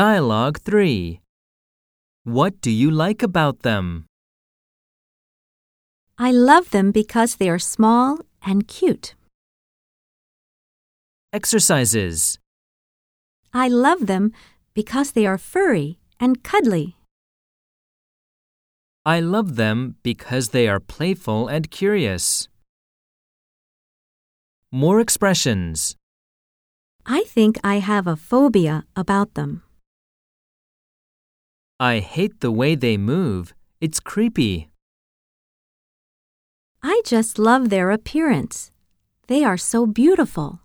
Dialogue 3 What do you like about them? I love them because they are small and cute. Exercises. I love them because they are furry and cuddly. I love them because they are playful and curious. More expressions. I think I have a phobia about them. I hate the way they move. It's creepy. I just love their appearance. They are so beautiful.